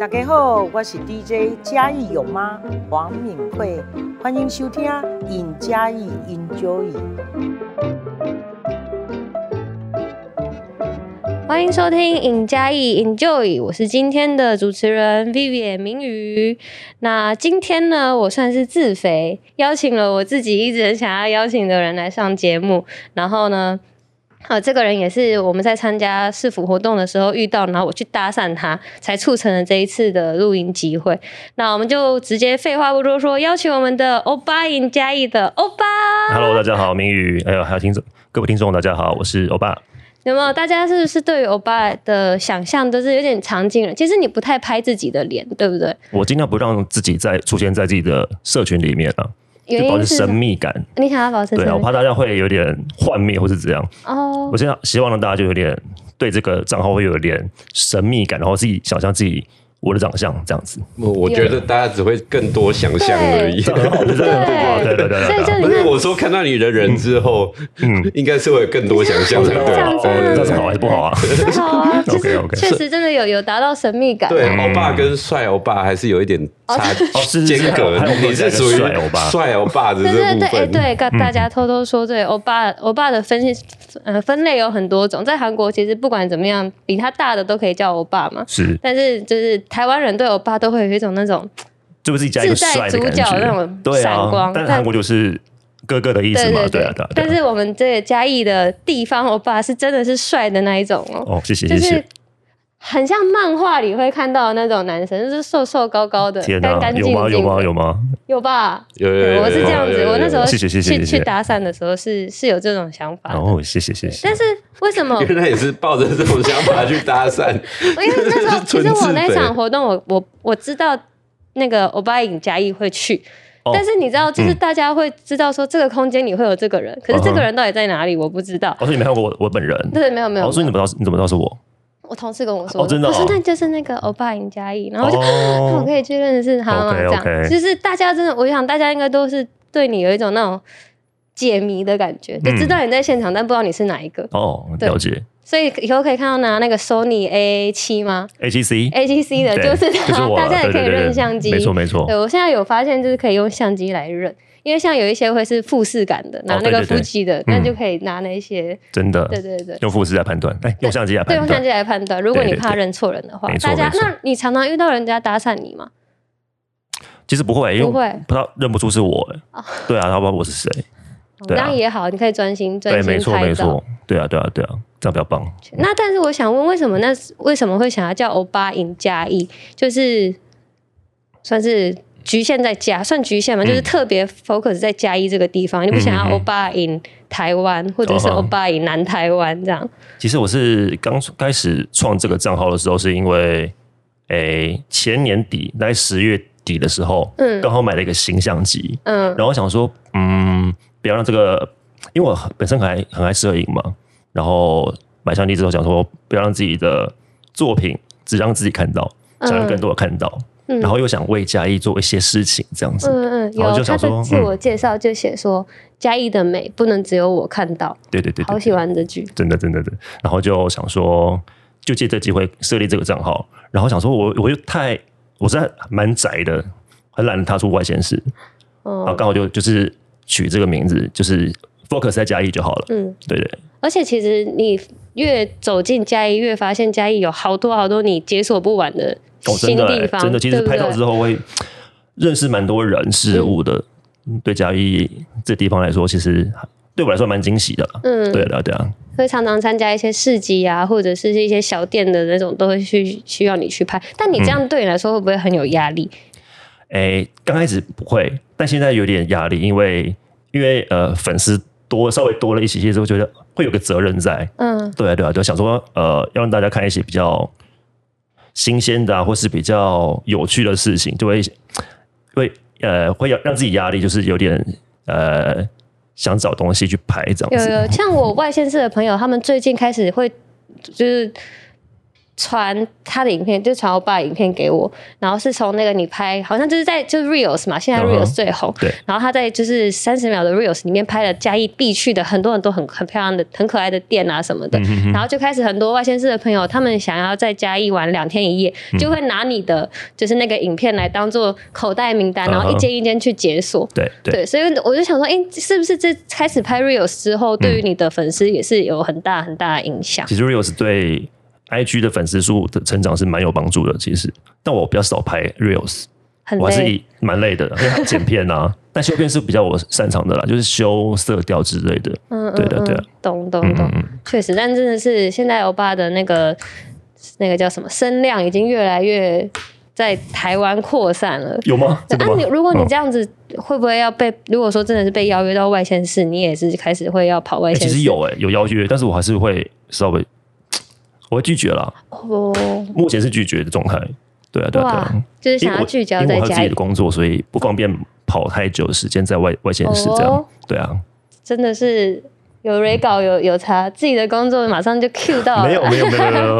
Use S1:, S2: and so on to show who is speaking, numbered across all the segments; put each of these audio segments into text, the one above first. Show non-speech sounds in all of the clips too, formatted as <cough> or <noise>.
S1: 大家好，我是 DJ 嘉义有妈黄敏慧，欢迎收听《尹嘉义 Enjoy》。
S2: 欢迎收听《尹嘉义 Enjoy》，我是今天的主持人 Vivian 明宇。那今天呢，我算是自肥，邀请了我自己一直很想要邀请的人来上节目。然后呢，呃，这个人也是我们在参加市府活动的时候遇到，然后我去搭讪他，才促成了这一次的录音机会。那我们就直接废话不多说，邀请我们的欧巴尹嘉义的欧巴。
S3: Hello，大家好，明宇，还有还有听众各位听众，大家好，我是欧巴。
S2: 有没有？大家是不是对于欧巴的想象都是有点场景人？其实你不太拍自己的脸，对不对？
S3: 我尽量不让自己再出现在自己的社群里面啊，就
S2: 原
S3: 保
S2: 因
S3: 持
S2: 是
S3: 神秘感。
S2: 你想要保持
S3: 对
S2: 什
S3: 啊，我
S2: 么？
S3: 怕大家会有点幻灭或是怎样。
S2: 哦
S3: 我现在希望让大家就有点对这个账号会有点神秘感，然后自己想象自己我的长相这样子。
S4: 我我觉得大家只会更多想象而已。
S3: <laughs> 对对对
S2: 所以
S3: 对啊
S2: 就
S3: 对。
S2: 你
S4: 不是
S2: 看，
S4: 我说，看到你的人之后，
S3: 嗯
S4: 应该是会有更多想象才对
S2: 这样
S4: 吧。
S2: 子
S4: 哦
S3: 这是好还是不好啊？ <laughs>
S2: 很好啊，就是
S3: OK，OK
S2: 确实真的有有达到神秘感。
S4: 对，欧巴跟帅欧巴还是有一点差
S3: 嗯哦是是是
S4: 间隔
S3: 还有还有，
S4: 你是属于
S3: 帅欧巴
S4: 帅欧巴的
S2: 对
S4: 这
S2: 对
S4: 部
S2: 对，哎，
S4: 分。
S2: 对，跟大家偷偷说，对，欧巴，欧巴的分呃分类有很多种，在韩国其实不管怎么样，比他大的都可以叫欧巴嘛。
S3: 是，
S2: 但是就是台湾人对欧巴都会有一种那种
S3: 就自己加一个帅的感
S2: 自带主角
S3: 觉，
S2: 那种
S3: 对
S2: 闪
S3: 啊
S2: 光。
S3: 但
S2: 但
S3: 韩国就是哥哥的意思
S2: 对
S3: 嘛，
S2: 对
S3: 对啊对啊。对啊
S2: 但是我们这个嘉义的地方欧巴是真的是帅的那一种哦，
S3: 哦，谢谢
S2: 就
S3: 谢
S2: 是
S3: 谢。
S2: 很像漫画里会看到的那种男生，就是瘦瘦高高的，
S3: 天
S2: 干
S3: 哪，
S2: 干净
S3: 有
S2: 净
S3: 吗
S2: 的
S3: 有吗有吗？
S2: 有吧？
S4: 有有有有
S2: 我是这样
S4: 有
S2: 子
S4: 有，有
S2: 我那时候
S3: 谢谢谢谢
S2: 去
S3: 谢谢
S2: 去搭讪的时候是是有这种想法的。
S3: 哦，谢谢谢谢
S2: 但。是为什
S3: <laughs>
S2: 么？
S4: 原来也是抱着这种想法去搭讪，
S2: 因为那时
S3: <laughs>
S2: 候其
S4: 纯
S2: 实我
S4: 自
S2: 那
S4: 肥
S2: 场活动我，我我知道那个欧巴影嘉义会去。
S3: 哦
S2: 但是你知道，就是大家会知道说这个空间里会有这个人，可是
S3: 嗯
S2: 这个人到底在哪里，我不知道。
S3: 哦我说你没看过我我本人，
S2: 对，没有没有，
S3: 哦，所以你怎么知道？你怎么知道是我？
S2: 我同事跟我说，
S3: 哦真的哦
S2: 我说那就是那个欧巴尹嘉义，然后我就、那我 <laughs>
S3: 哦，
S2: 可以去认识他吗？
S3: OK，
S2: 这样
S3: OK
S2: 就是大家真的，我想大家应该都是对你有一种那种解谜的感觉，就知道你在现场，但不知道你是哪一个，
S3: 哦，
S2: 对
S3: 了解。
S2: 所以以后可以看到拿那个 Sony A 七吗
S3: A G C，
S2: ？A 七 C 的，
S3: 对
S2: 哎就是
S3: 嗯哎就
S2: 它，
S3: 是我了，
S2: 大家也可以
S3: 对对对对
S2: 认相机。
S3: 没错没错
S2: 对，我现在有发现，就是可以用相机来认。因为像有一些会是富士感的，拿那个
S3: 哦对对对嗯
S2: Fuji 的，那就可以拿那些，
S3: 真的。
S2: 对对对。
S3: 用富士来判断，哎，用相机来
S2: 对，
S3: 判
S2: 用相
S3: 断
S2: 机。来判断。如果你
S3: 对对
S2: 怕
S3: 对
S2: 认错人的话，
S3: 没错
S2: 大家
S3: 没错
S2: 那你常常遇到人家搭讪你吗？
S3: 其实不会，因为
S2: 不会
S3: 不知道认不出是我。哎对啊，他不知道我是谁。
S2: 哦这
S3: 对啊
S2: 样也好，你可以专心专
S3: 对，没
S2: 心
S3: 错
S2: 拍
S3: 没
S2: 照。
S3: 错。对啊对啊对啊，这样比较棒。
S2: 那但是我想问，为什么那为什么会想要叫欧巴赢嘉义？就是算是局限在嘉，算局
S3: 嗯
S2: 限嘛，就是特别 focus 在嘉义这个地方，你不想要欧巴赢台湾，或者是
S3: 哦
S2: 欧巴赢南台湾这样？
S3: 其实我是刚开始创这个账号的时候，是因为，诶、前年底在十月底的时候，
S2: 嗯
S3: 刚好买了一个新相机，
S2: 嗯，
S3: 然后想说，嗯，不要让这个，因为我本身很爱很爱摄影嘛，然后买相机之后想说，不要让自己的作品只让自己看到，
S2: 嗯
S3: 想让更多人看到，
S2: 嗯
S3: 然后又想为嘉义做一些事情，这样子，
S2: 嗯嗯，
S3: 然
S2: 有
S3: 后哦就
S2: 他
S3: 想说
S2: 的自我介绍就写说，嘉义的美不能只有我看到，
S3: 对对对对
S2: 好喜欢这句。
S3: 真的真的真的。然后就想说，就借这机会设立这个账号，然后想说我我又太我实在蛮宅的，很懒得踏出外县市，然后
S2: 哦，
S3: 刚好就就是取这个名字，就是 focus 在嘉义就好了。
S2: 嗯，
S3: 对对，
S2: 而且其实你越走进嘉义，越发现嘉义有好多好多你解锁不完的
S3: 哦，真
S2: 新
S3: 的、
S2: 地
S3: 欸、
S2: 方，
S3: 真的，其实
S2: 对不
S3: 拍照
S2: 对
S3: 之后会认识蛮多人事物的。
S2: 嗯
S3: 对嘉义这地方来说，其实对我来说蛮惊喜的啦。
S2: 嗯
S3: 对的，对啊，
S2: 会常常参加一些市集啊，或者是一些小店的那种，都会去需要你去拍。但你这
S3: 嗯
S2: 样对你来说会不会很有压力？
S3: 诶，刚开始不会，但现在有点压力，因为因为呃粉丝多稍微多了一些些之后，觉得会有个责任在。
S2: 嗯
S3: 对啊，对啊，就想说呃要让大家看一些比较新鲜的、啊，或是比较有趣的事情，就会会呃会要让自己压力，就是有点呃想找东西去拍这样
S2: 有
S3: 子。
S2: 有，像我外县市的朋友，他们最近开始会就是。传他的影片，就传我爸的影片给我，然后是从那个你拍，好像就是在就是 reels 嘛，现在
S3: 嗯哼
S2: reels 最红，
S3: 对
S2: 然后他在就是三十秒的 reels 里面拍了嘉义必去的很多很多很很漂亮的、很可爱的店啊什么
S3: 嗯
S2: 的，然后就开始很多外县市的朋友，他们想要在嘉义玩两天一夜，
S3: 嗯
S2: 就会拿你的就是那个影片来当做口袋名单，然后一
S3: 嗯哼
S2: 间一间去解锁。
S3: 对对
S2: 对，所以我就想说，哎、是不是这开始拍 reels 之后，对于你的粉丝也是有很大很大的影响？
S3: 嗯其实 Reels 对 IG 的粉丝数的成长是蛮有帮助的。其实，但我比较少拍 Reels，
S2: 很
S3: 我还是
S2: 累，
S3: 以蛮累的，因为还有剪片
S2: <laughs>
S3: 啊。但修片是比较我擅长的啦，就是修色调之类的。
S2: 嗯嗯
S3: 对的对的啊
S2: 嗯，懂懂懂，
S3: 嗯
S2: 确实，但真的是现在欧巴的那个那个叫什么声量已经越来越在台湾扩散了。
S3: 有吗？真的
S2: 那啊
S3: 吗？
S2: 你如果你
S3: 嗯
S2: 这样子，会不会要被？如果说真的是被邀约到外县市，你也是开始会要跑外
S3: 欸
S2: 县
S3: 其
S2: 市？
S3: 实有哎、有邀约，但是我还是会稍微我会拒绝啦。
S2: 哦，
S3: 目前是拒绝的状态。对啊，对啊，对
S2: 哇
S3: 啊。，
S2: 就是
S3: 因
S2: 想
S3: 为
S2: 要
S3: 我
S2: 聚焦
S3: 因
S2: 在
S3: 为我还有
S2: 家
S3: 自己
S2: 里
S3: 的，工作，所以不方便跑太久的时间在外外县市这样。
S2: 哦
S3: 对啊，
S2: 真的是有 re 稿有有查自己的工作，马上就 Q 到了。
S3: 没有没有没有没有没有，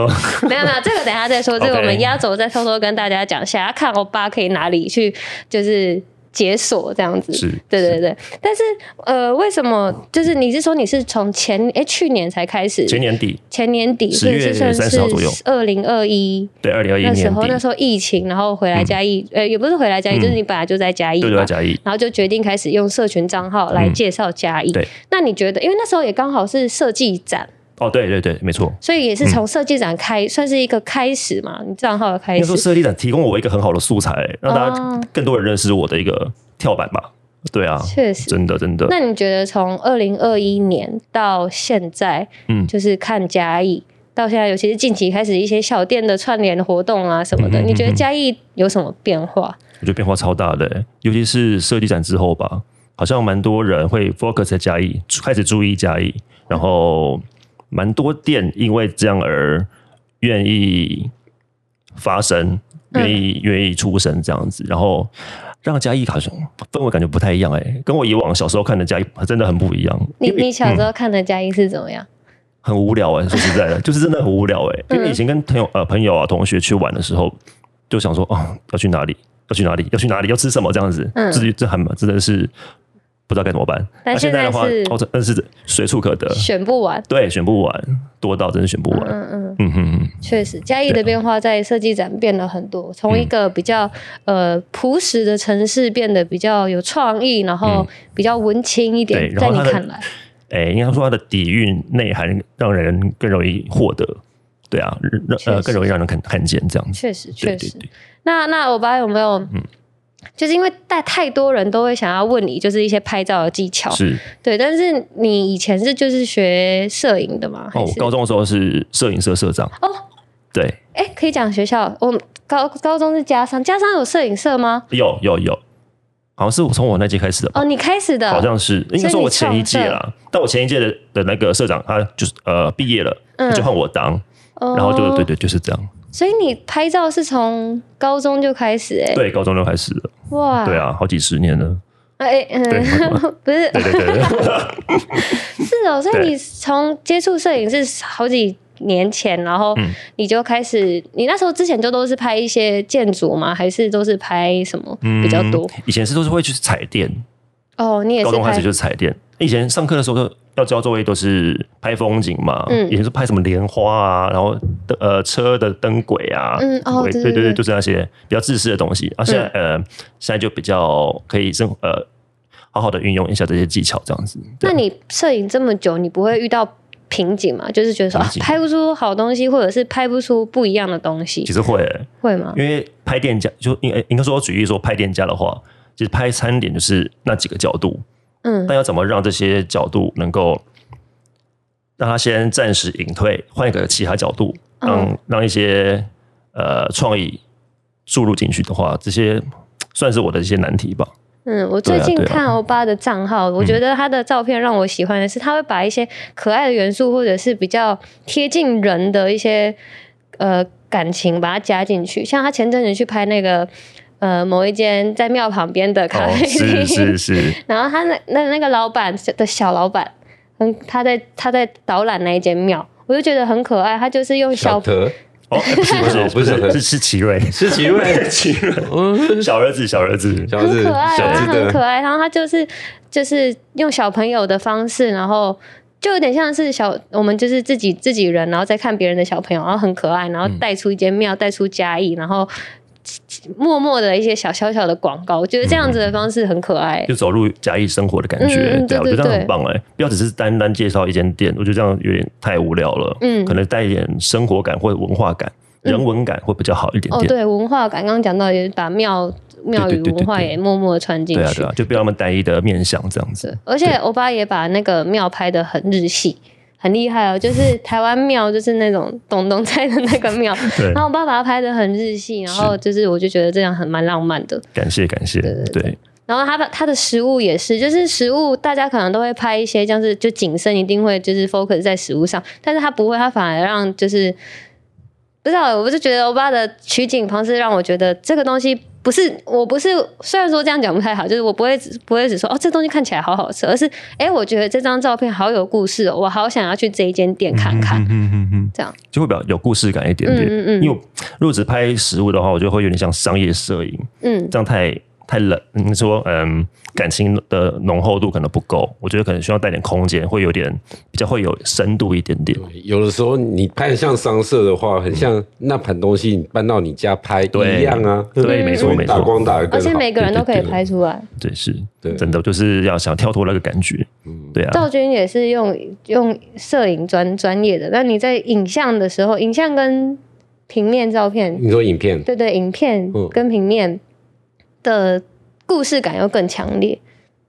S2: <laughs> 没有没有，这个等一下再
S3: <laughs>
S2: 说，这个
S3: OK
S2: 我们压轴再偷偷跟大家讲一下，看欧巴可以哪里去就是解锁这样子。
S3: 是
S2: 对对对。但是呃，为什么就是你是说你是从前哎去年才开始？
S3: 前年底
S2: 前年底，
S3: 10月30号左右
S2: 二零二一
S3: 对二零二一
S2: 那时
S3: 年
S2: 候，
S3: 底嗯
S2: 那，时候疫情，然后回来嘉义，呃，也不是回来嘉义，就是你本来就在嘉义嘛，
S3: 对对啊，嘉义
S2: 然后就决定开始用社群账号来介绍嘉义。
S3: 嗯对
S2: 那你觉得，因为那时候也刚好是设计展，
S3: 哦，对对对，没错。
S2: 所以也是
S3: 嗯
S2: 从设计展开，算是一个开始嘛，你账号的开
S3: 应该说
S2: 始。
S3: 设立展提供我一个很好的素材、让大
S2: 哎哦
S3: 家更多人认识我的一个跳板吧。对啊，
S2: 确实
S3: 真的真的。
S2: 那你觉得从二零二一年到现在，
S3: 嗯
S2: 就是看嘉义到现在，尤其是近期开始一些小店的串联活动啊什么的，
S3: 嗯嗯嗯
S2: 你觉得嘉义有什么变化？
S3: 我觉得变化超大的、欸尤其是设计展之后吧，好像蛮多人会 focus 在嘉义，开始注意嘉义，然后蛮多店因为这样而愿意发声，
S2: 嗯
S3: 愿意愿意出声这样子，然后让嘉义好像氛围感觉不太一样、哎，跟我以往小时候看的嘉义真的很不一样。
S2: 你
S3: 因为嗯
S2: 你小时候看的嘉义是怎么样？
S3: 很无聊哎、说实在的， <laughs> 就是真的很无聊哎、因为以前跟朋友呃朋友啊同学去玩的时候，就想说哦要去哪里要去哪里要去哪里要吃什么这样子，
S2: 嗯
S3: 这这很真的是不知道该怎么办。
S2: 但
S3: 那
S2: 现
S3: 现
S2: 在
S3: 的话
S2: 是，
S3: 哦真的是随处可得，
S2: 选不完。
S3: 对，选不完，多到真的选不完。
S2: 嗯嗯，
S3: 嗯哼哼，
S2: 确实，嘉义的变化在设计展变了很多，从一
S3: 嗯
S2: 个比较呃朴实的城市变得比较有创意，然后比较文青一点，
S3: 嗯对然
S2: 在
S3: 后
S2: 你
S3: 它的
S2: 看来。
S3: 哎、应该说它的底蕴内涵让人更容易获得，对啊，让
S2: 确
S3: 呃
S2: 实
S3: 更容易让人看看见这样子。
S2: 确实，
S3: 对
S2: 确
S3: 对
S2: 实。
S3: 对，嗯
S2: 那那我爸有没有？就是因为太太多人都会想要问你，就是一些拍照的技巧，
S3: 是
S2: 对。但是你以前是就是学摄影的吗？
S3: 哦，
S2: 还
S3: 我
S2: 是
S3: 高中的时候是摄影社社长
S2: 哦，
S3: 对，
S2: 哎、可以讲学校，我们高高中是加商，加商有摄影社吗？
S3: 有有有，好像是从我那届开始的吧。
S2: 哦，你开始的，
S3: 好像是，应该说我前一届
S2: 所以你
S3: 啦，但我前一届的的那个社长他就是呃毕业了，
S2: 嗯
S3: 就换我当，
S2: 哦，
S3: 然后就对对就是这样，
S2: 所以你拍照是从高中就开始、哎，
S3: 对高中就开始了，
S2: 哇，
S3: 对，啊，好几十年了，
S2: 哎、
S3: 对
S2: 嗯，不是，
S3: 对对对，
S2: <laughs> 是哦，所以
S3: 对
S2: 你从接触摄影是好几年前，然后
S3: 嗯
S2: 你就开始，你那时候之前就都是拍一些建筑吗？还是都是拍什么比较多？
S3: 嗯。以前是都是会去踩店，
S2: 哦，你也是
S3: 高中开始
S2: 拍
S3: 就是踩店，以前上课的时候都要交作业都是拍风景嘛，
S2: 嗯
S3: 以前是拍什么莲花啊，然后的呃车的灯轨啊，
S2: 嗯哦
S3: 轨
S2: 对
S3: 对
S2: 对
S3: 对
S2: 对嗯
S3: 就是那些比较自私的东西。啊，现在、呃现在就比较可以生呃好好的运用一下这些技巧，这样子。对
S2: 那你摄影这么久，你不会遇到瓶颈吗？就是觉得说、啊
S3: 瓶、颈
S2: 拍不出好东西，或者是拍不出不一样的东西
S3: 其，实会欸、
S2: 会吗？
S3: 因为拍店家就应呃该应该说举例说拍店家的话，其实拍餐点就是那几个角度，
S2: 嗯
S3: 但要怎么让这些角度能够让它先暂时隐退，换一个其他角度，
S2: 嗯
S3: 让、让一些呃创意注入进去的话，这些嘖算是我的一些难题吧。
S2: 嗯，我最
S3: 对啊
S2: 近
S3: 对啊嗯
S2: 看欧巴的账号，我觉得他的照片让我喜欢的是，他会把一些可爱的元素或者是比较贴近人的一些呃感情把它加进去。像他前阵子去拍那个呃某一间在庙旁边的咖
S3: 哦，
S2: 啡厅，
S3: 是是是，
S2: <laughs> 然后他那那那个老板的小老板，嗯，他在他在导览那一间庙，我就觉得很可爱。他就是用小
S4: 小德
S3: 哦，不是不是
S4: 不
S3: 不
S4: 是
S3: 是是是奇瑞，
S4: 是
S3: <laughs>
S4: 奇瑞，
S3: 奇瑞，小儿子小儿子，
S4: 小
S2: 很
S4: 子，
S2: 可爱
S4: 小
S2: 啊，
S4: 子
S2: 他很可
S4: 的，
S2: 爱。然后他就是就是用小朋友的方式，然后就有点像是小啊我们就是自己自己人，然后再看别人的小朋友，然后很可爱，然后带出一间庙，带出嘉义，然后默默的一些小小小的广告，我觉得这样子的方式很可爱。
S3: 就走入假意生活的感觉，
S2: 嗯嗯
S3: 对啊，我
S2: 对对
S3: 觉得这样很棒哎、不要只是单单介绍一间店，我觉得这样有点太无聊了，
S2: 嗯
S3: 可能带一点生活感或者文化感、人文感会比较好一点
S2: 哦，
S3: 点，
S2: 对，文化感刚刚讲到，也把庙庙宇
S3: 对对对
S2: 文化
S3: 对对
S2: 也默默地穿进
S3: 对啊
S2: 去
S3: 对。啊，就不要那么单一的面向这样子，
S2: 而且欧巴也把那个庙拍的很日系，很厉害哦。就是台湾庙，就是那种东东在的那个庙，
S3: 对
S2: 然后我爸把它拍的很日系，然后就是我就觉得这样很蛮浪漫的。
S3: 感谢感谢，对，
S2: 然后他把他的食物也是，就是食物大家可能都会拍一些，像是就景深一定会就是 focus 在食物上，但是他不会，他反而让就是不知道，我就觉得欧巴的取景方式让我觉得这个东西不是，我不是虽然说这样讲不太好，就是我不会只不会只说哦这东西看起来好好吃，而是哎我觉得这张照片好有故事哦，我好想要去这一间店看看，
S3: 嗯嗯嗯，
S2: 这样
S3: 就会比较有故事感一点点，
S2: 嗯嗯嗯
S3: 因为我如果只拍食物的话，我觉得会有点像商业摄影，
S2: 嗯
S3: 这样太太冷，你说嗯，感情的浓厚度可能不够，我觉得可能需要带点空间，会有点比较会有深度一点点。
S4: 有的时候你拍得像商社的话，很像那盘东西，你搬到你家拍
S3: 嗯对
S4: 一样啊，
S3: 对没错
S4: 所以
S3: 没错
S4: 打光打的
S2: 而
S4: 更
S2: 且
S4: 好。
S2: 每个人都可以
S3: 对对对
S2: 拍出来。
S3: 对，是
S4: 对
S3: 真的，就是要想跳脱那个感觉，对啊，
S2: 赵军也是用用摄影专专业的，那你在影像的时候，影像跟平面照片，
S3: 嗯
S4: 你说影片，
S2: 对对，影片
S4: 嗯
S2: 跟平面的故事感又更强烈。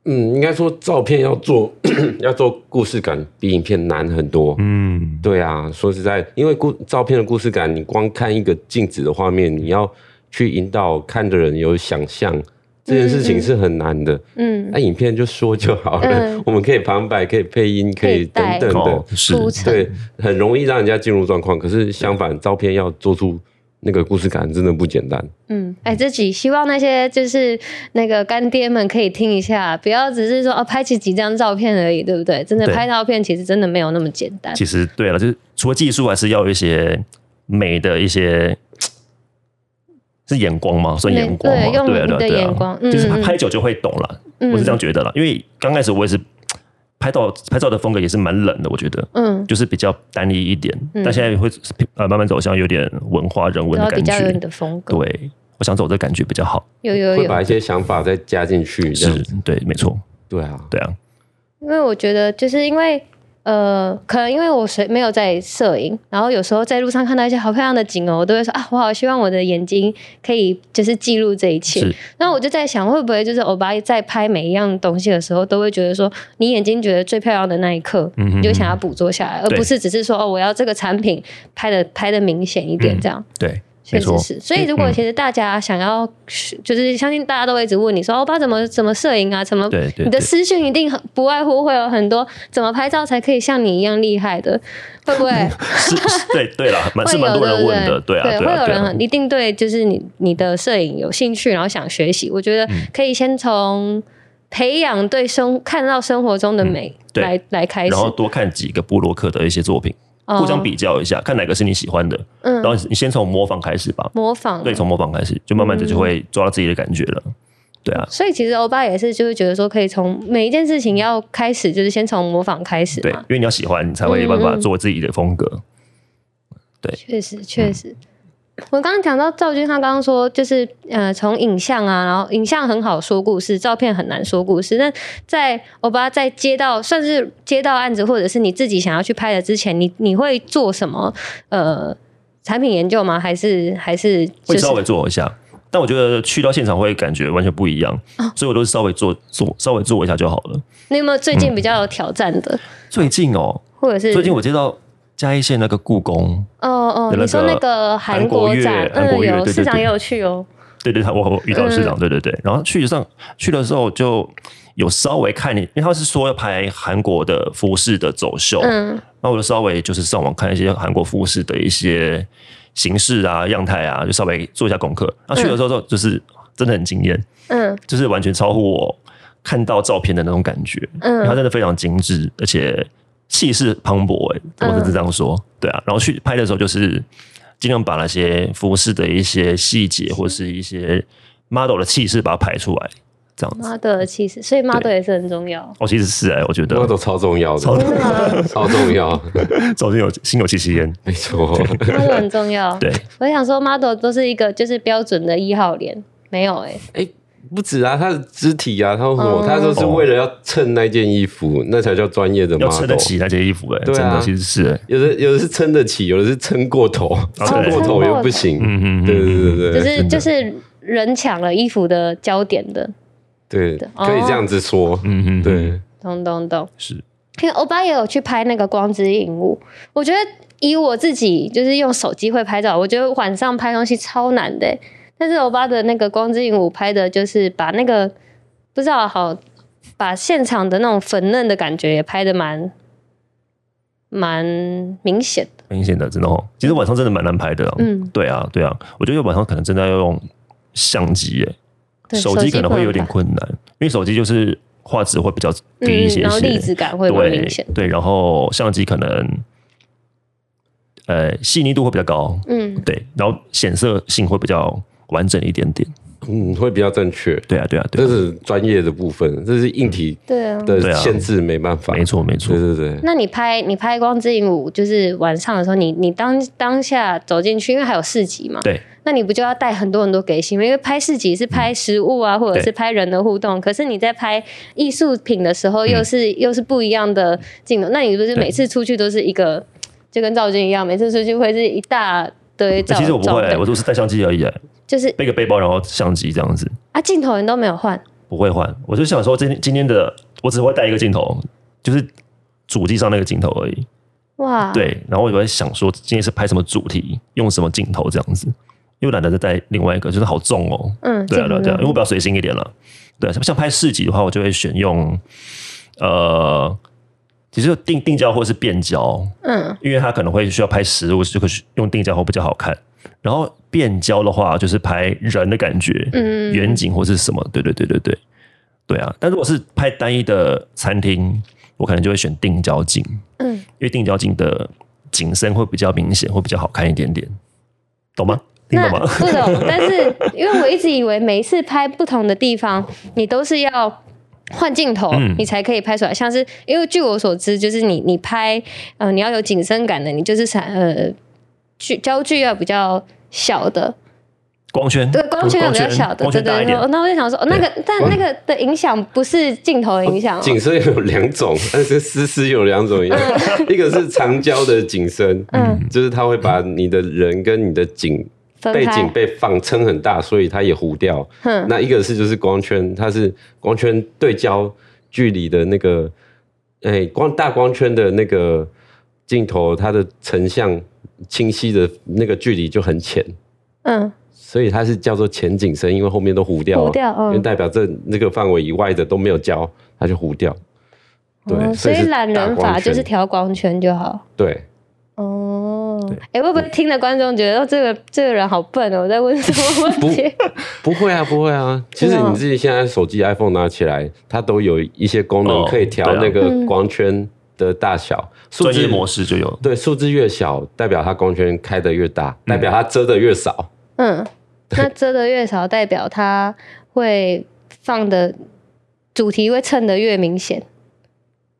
S4: 嗯，应该说照片要做 <clears throat> 要做故事感，比影片难很多。
S3: 嗯，
S4: 对啊，说实在，因为故照片的故事感，你光看一个静止的画面，你要去引导看的人有想象，这件事情是很难的。
S2: 嗯
S4: 那、，影片就说就好了，
S2: 嗯
S4: 我们可以旁白，可以配音，可以
S2: 可以
S4: 等
S2: 带
S4: 等的
S3: 哦，，是
S2: 铺
S4: <laughs>
S2: 陈
S4: 对，很容易让人家进入状况。可是相反，照片要做出那个故事感，真的不简单。
S2: 嗯，哎，这集希望那些就是那个干爹们可以听一下，不要只是说哦拍起几张照片而已，对不对？真的
S3: 对
S2: 拍照片其实真的没有那么简单。
S3: <laughs> 其实对了，啊就是除了技术，还是要有一些美的一些。是眼光吗？算眼光吗？
S2: 对用
S3: 对啊
S2: 你的
S3: 对啊对啊
S2: 眼光嗯
S3: 就是
S2: 嗯
S3: 拍久就会懂了。
S2: 嗯
S3: 我是这样觉得了，因为刚开始我也是拍到拍照的风格也是蛮冷的，我觉得，
S2: 嗯，
S3: 就是比较单一一点。但现在会呃慢慢走向有点文化人文
S2: 然
S3: 的
S2: 后比
S3: 感
S2: 较有你
S3: 觉。
S2: 的风格，
S3: 对，我想走这感觉比较好。
S2: 有有
S4: 会
S2: 有
S4: 把一些想法再加进去，这
S3: 是
S4: 样子。
S3: 对，没错，
S4: 对啊，
S3: 对啊，
S2: 因为我觉得，就是因为呃，可能因为我谁没有在摄影，然后有时候在路上看到一些好漂亮的景哦，我都会说啊，我好希望我的眼睛可以就是记录这一切
S3: 是。
S2: 那我就在想，会不会就是欧巴在拍每一样东西的时候，都会觉得说，你眼睛觉得最漂亮的那一刻，你就想要捕捉下来，而
S3: 对
S2: 不是只是说哦，我要这个产品拍的拍的明显一点这样。
S3: 对，
S2: 确
S3: 没
S2: 实
S3: 错，嗯
S2: 是，所以如果其实大家想要学，就是相信大家都会一直问你说，欧巴怎么怎么摄影啊，怎么
S3: 对
S2: 你
S3: 对
S2: 的
S3: 对
S2: 私讯一定很不外乎会有很多怎么拍照才可以像你一样厉害的，会不会？
S3: 是，是对对啦，蛮
S2: 会
S3: 嗯是蛮
S2: 有
S3: 多人问
S2: 对
S3: 的，对
S2: 不对对，
S3: 啊，
S2: 会
S3: 啊，
S2: 有
S3: 对
S2: 人
S3: 啊
S2: 很，一定对就是你你的摄影有兴趣，然后想学习，我觉得
S3: 嗯
S2: 可以先从培养对生看到生活中的美
S3: 嗯对
S2: 来来开始
S3: 然，后多看几个布洛克的一些作品，
S2: 哦
S3: 互相比较一下，看哪个是你喜欢的，
S2: 嗯
S3: 然后你先从模仿开始吧，
S2: 模仿
S3: 对，从模仿开始，就慢慢的就会抓到自己的感觉了，对啊，
S2: 所以其实欧巴也是，就是觉得说可以从每一件事情要开始，就是先从模仿开始
S3: 对，
S2: 嘛
S3: 因。为你要喜欢，你才会有办法做自己的风格，
S2: 嗯确实，确
S3: 嗯
S2: 实。我刚刚讲到赵军，他刚刚说就是呃，从影像啊，然后影像很好说故事，照片很难说故事。但在欧巴在接到算是接到案子，或者是你自己想要去拍的之前，你你会做什么？呃，产品研究吗？还是还是就
S3: 会
S2: 是
S3: 稍微做一下。但我觉得去到现场会感觉完全不一样，
S2: 哦
S3: 所以我都是稍微做做稍微做一下就好了。
S2: 你有没有最近比较有挑战的，
S3: 最近哦，
S2: 或者是
S3: 嗯最近我接到嘉义县那个故宫，
S2: 哦哦
S3: 的，那
S2: 你说
S3: 个
S2: 那个韩
S3: 韩国
S2: 国
S3: 乐
S2: 展，
S3: 韩
S2: 嗯，
S3: 国乐
S2: 有
S3: 对对
S2: 市长
S3: 对
S2: 也有去哦，
S3: 对对，我我遇到市长，对对对。然后去上去的时候就有稍微看你，因为他是说要拍韩国的服饰的走秀，
S2: 嗯
S3: 那我就稍微就是上网看一些韩国服饰的一些形式啊、样态啊，就稍微做一下功课。那去的时候就就是真的很惊艳，
S2: 嗯
S3: 就是完全超乎我看到照片的那种感觉，
S2: 嗯
S3: 它真的非常精致，而且气势磅礴、欸，我只是这样说，对啊。然后去拍的时候就是。尽量把那些服饰的一些细节或是一些 model 的气势把它排出来，这样子。
S2: model 的气势，所以 model 也是很重要。
S3: 哦，其实是哎、我觉得
S4: model 超重 <laughs> 要
S3: 超
S4: 的，啊超
S3: <laughs>
S4: 重要，
S3: 走进有心有戚戚
S4: <laughs>
S3: 焉。
S4: 没
S3: <laughs>
S4: 错。
S2: <laughs> model 很重要。
S3: 对，
S2: 我想说 model 都是一个就是标准的一号脸，没有哎、
S4: 哎，不止啊，他的肢体啊，他有什么，
S2: 嗯
S4: 他都是为了要衬那件衣服，那才叫专业的
S3: 要撑
S4: model
S3: 得。起那件衣服哎、
S4: 对啊
S3: 真的其实是、哎
S4: 有的有的是撑得起，有的是撑过头，
S3: 啊
S4: 哦撑
S3: 对
S4: 过头又不行。
S3: 嗯嗯嗯嗯
S4: 对对对
S2: 就
S4: 对
S2: 是就是人抢了衣服的焦点的，
S4: 对，对可以这样子说。
S3: 嗯嗯，嗯
S4: 对，
S2: 懂懂懂。
S3: 是
S2: 因为欧巴也有去拍那个光之影物，我觉得以我自己就是用手机会拍照，我觉得晚上拍东西超难的欸、但是欧巴的那个光之影物拍的就是把那个不知道好把现场的那种粉嫩的感觉也拍的蛮蛮明显的，
S3: 明显的，真的哦。其实晚上真的蛮难拍的、啊，
S2: 嗯，
S3: 对啊，对啊，我觉得晚上可能真的要用相机、哎，
S2: 对，
S3: 手机可能
S2: 不
S3: 会有点
S2: 拍
S3: 困难，因为手机就是画质会比较低
S2: 嗯，
S3: 一些些，
S2: 然后粒子感会蛮
S3: 对
S2: 明显，
S3: 对，然后相机可能呃细腻度会比较高，
S2: 嗯，
S3: 对，然后显色性会比较完整一点点，
S4: 嗯，会比较正确。
S3: 对啊，对啊，对
S4: 这
S3: 啊，
S4: 是专业的部分，这是硬体
S2: 对啊。
S3: 对
S4: 的
S3: 啊
S4: 限制，没办法。
S3: 没，错没错
S4: 对，对对。
S2: 那你拍你拍光之影舞，就是晚上的时候，你你当当下走进去，因为还有市集嘛，
S3: 对，
S2: 那你不就要带很多很多给行吗？因为拍市集是拍实物啊，或者是
S3: 对
S2: 拍人的互动，可是你在拍艺术品的时
S3: 嗯
S2: 候，又是、又是不一样的镜头。那你不是每次出去都是一个，就跟赵军一样，每次出去会是一大堆
S3: 那
S2: 照？
S3: 呃其实我不
S2: 照
S3: 会、
S2: 片
S3: 我都是带相机而已、哎
S2: 就是
S3: 背个背包，然后相机这样子，
S2: 啊，镜头人都没有换，
S3: 不会换。我就想说今天今天的我只会带一个镜头，就是主机上那个镜头而已。
S2: 哇，，
S3: 对，然后我就在想说今天是拍什么主题，用什么镜头这样子，因为懒得再带另外一个，就是好重哦、
S2: 嗯，
S3: 对啊，对啊，
S2: 镜头
S3: 对啊，因为
S2: 人
S3: 我比较随心一点了。对啊，像像拍市集的话，我就会选用呃，其实就定定焦或是变焦，
S2: 嗯，
S3: 因为它可能会需要拍实物，就可以用定焦会比较好看。然后变焦的话，就是拍人的感觉，
S2: 嗯
S3: 远景或是什么，对对对对对，对啊。但如果是拍单一的餐厅，我可能就会选定焦镜，
S2: 嗯
S3: 因为定焦镜的景深会比较明显，会比较好看一点点，懂吗？听
S2: 那
S3: 懂吗？
S2: 不
S3: <laughs>
S2: 懂，但是因为我一直以为每一次拍不同的地方，你都是要换镜头，
S3: 嗯
S2: 你才可以拍出来。像是因为据我所知，就是你你拍，呃，你要有景深感的，你就是闪呃距焦距要比较小的，
S3: 光圈
S2: 对，光圈要比较小的，
S3: 哦光
S2: 对
S3: 圈大
S2: 对
S3: 一
S2: 对
S3: 点。。
S2: 那我就想说，哦那个但那个的影响不是镜头的影响、哦，
S4: 景深有两种，但是丝丝有两种
S2: <laughs>
S4: 一样，一个是长焦的景深，
S2: 嗯
S4: 就是它会把你的人跟你的景
S2: 分
S4: 背景
S2: 开，嗯
S4: 被放撑很大，所以它也糊掉。
S2: 哼，
S4: 那一个是就是光圈，它是光圈对焦距离的那个，哎、光大光圈的那个镜头，它的成像清晰的那个距离就很浅，
S2: 嗯，
S4: 所以它是叫做浅景深，因为后面都糊掉了，
S2: 糊掉嗯
S4: 因为代表这那个范围以外的都没有焦，它就糊掉。对，
S2: 哦所以
S4: 是
S2: 懒
S4: 大
S2: 人
S4: 光
S2: 法就
S4: 圈
S2: 是调光圈就好。
S4: 对，
S2: 哦，哎、会不会听的观众觉得哦，这个这个人好笨哦？我在问什么问题？
S4: 不会啊，不会啊。其实
S2: 真的哦
S4: 你自己现在手机 iPhone 拿起来，它都有一些功能
S3: 哦
S4: 可以调
S3: 对啊
S4: 那个
S2: 嗯
S4: 光圈的大小，数
S3: 专
S4: 字
S3: 业模式就有，
S4: 对，数字越小，代表它光圈开的越大，
S3: 嗯
S4: 代表它遮的越少。
S2: <laughs> 嗯，那遮的越少，代表他会放的主题会衬的越明显。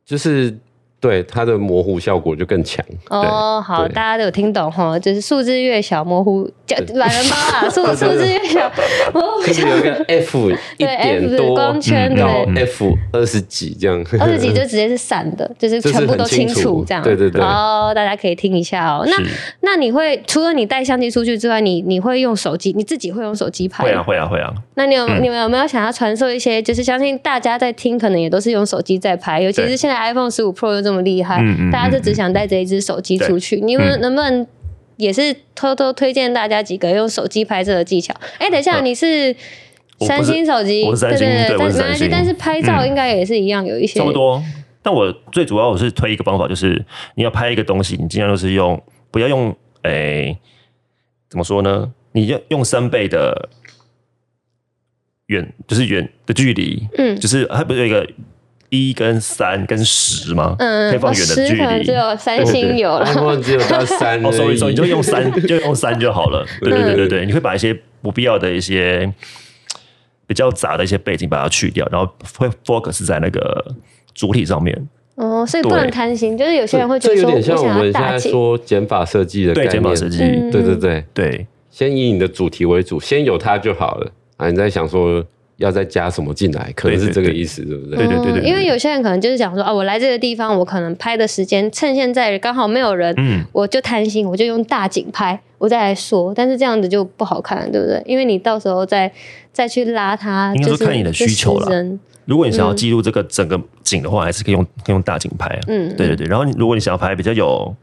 S4: 就是对它的模糊效果就更
S2: <laughs>
S4: 强。
S2: 哦，好，
S4: 对
S2: 大家都有听懂哈，就是数字越小，模糊叫懒人包
S4: <laughs>
S2: 啊，数数字越小，模糊
S4: 就是有一个 F 一
S2: <laughs> 对
S4: 点
S2: F
S4: 多，嗯
S2: 光圈
S4: 然后
S2: 对。
S3: 嗯
S4: F 二十几这样。
S2: 二十几就直接是散的，就是
S4: <laughs> 就是
S2: 全部都
S4: 很清楚
S2: 这样。
S4: 对对对
S2: 哦，大家可以听一下哦。那
S3: 是
S2: 那你会除了你带相机出去之外，你你会用手机，你自己会用手机拍吗？
S3: 会啊会啊会啊，
S2: 那你有、你们有没有想要传授一些？就是相信大家在听，可能也都是用手机在拍，尤其是
S3: 对
S2: 现在 iPhone 十五 Pro 又这么厉害，
S3: 嗯嗯嗯
S2: 大家就只想带着一只手机出去。你们能不能也是偷偷推荐大家几个用手机拍摄的技巧？哎、等一下，
S3: 嗯
S2: 你是
S3: 我不是
S2: 三星手机，
S3: 我是三
S2: 对
S3: 星
S2: 对
S3: 对
S2: 但
S3: 我是
S2: 没关
S3: 三
S2: 系
S3: 星，
S2: 但是拍照
S3: 嗯
S2: 应该也是一样，有一些
S3: 差不。多。但我最主要我是推一个方法，就是你要拍一个东西，你尽量就是用不要用诶、怎么说呢？你要用三倍的远，就是远的距离，
S2: 嗯
S3: 就是它不是有一个一跟三跟十嘛，
S2: 嗯，
S3: 可以放
S2: 我
S3: 远的
S2: 十
S3: 距
S2: 可能
S3: 离
S2: 只。有三星有了，
S4: ，iPhone 只有到三而
S3: 哦，
S4: 已，
S3: 所以所以你
S2: <laughs>
S3: 就用
S4: <laughs>
S3: 三，就用三就好了。对对对
S4: 嗯
S3: 对对，你会把一些不必要的一些比较杂的一些背景把它去掉，然后会 focus 在那个主体上面。
S2: 哦，所以不
S3: 对
S2: 能贪心，就是有些
S4: 这
S2: 人会觉
S4: 这
S2: 得
S4: 有
S2: 说，我
S4: 点像我
S2: 想
S4: 们
S2: 要
S4: 现
S2: 大
S4: 在
S2: 气，
S4: 说减法设计的概
S3: 对，
S4: 念，
S3: 减法设计，
S2: 嗯
S4: 对对对，
S3: 对
S4: 先以你的主题为主，先有它就好了啊！你在想说要再加什么进来，可能是这个意思，对不对？
S3: 对对对对
S2: 嗯因为有些人可能就是想说，啊，我来这个地方，我可能拍的时间趁现在刚好没有人，
S3: 嗯
S2: 我就贪心，我就用大景拍，我再来说，但是这样子就不好看了，对不对？因为你到时候再再去拉它，
S3: 应该
S2: 就
S3: 说
S2: 是
S3: 看你的需
S2: 就失
S3: 求啦
S2: 真
S3: 如果你想要记录这个整个景的话，还是可以用可以用大景拍啊。
S2: 嗯，
S3: 对对对，然后你如果你想要拍比较有